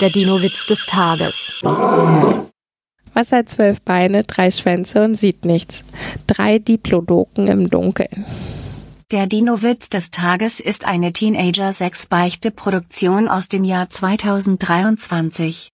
Der Dino-Witz des Tages. Was hat zwölf Beine, drei Schwänze und sieht nichts? Drei Diplodoken im Dunkeln. Der Dino-Witz des Tages ist eine Teenager-6-Beichte-Produktion aus dem Jahr 2023.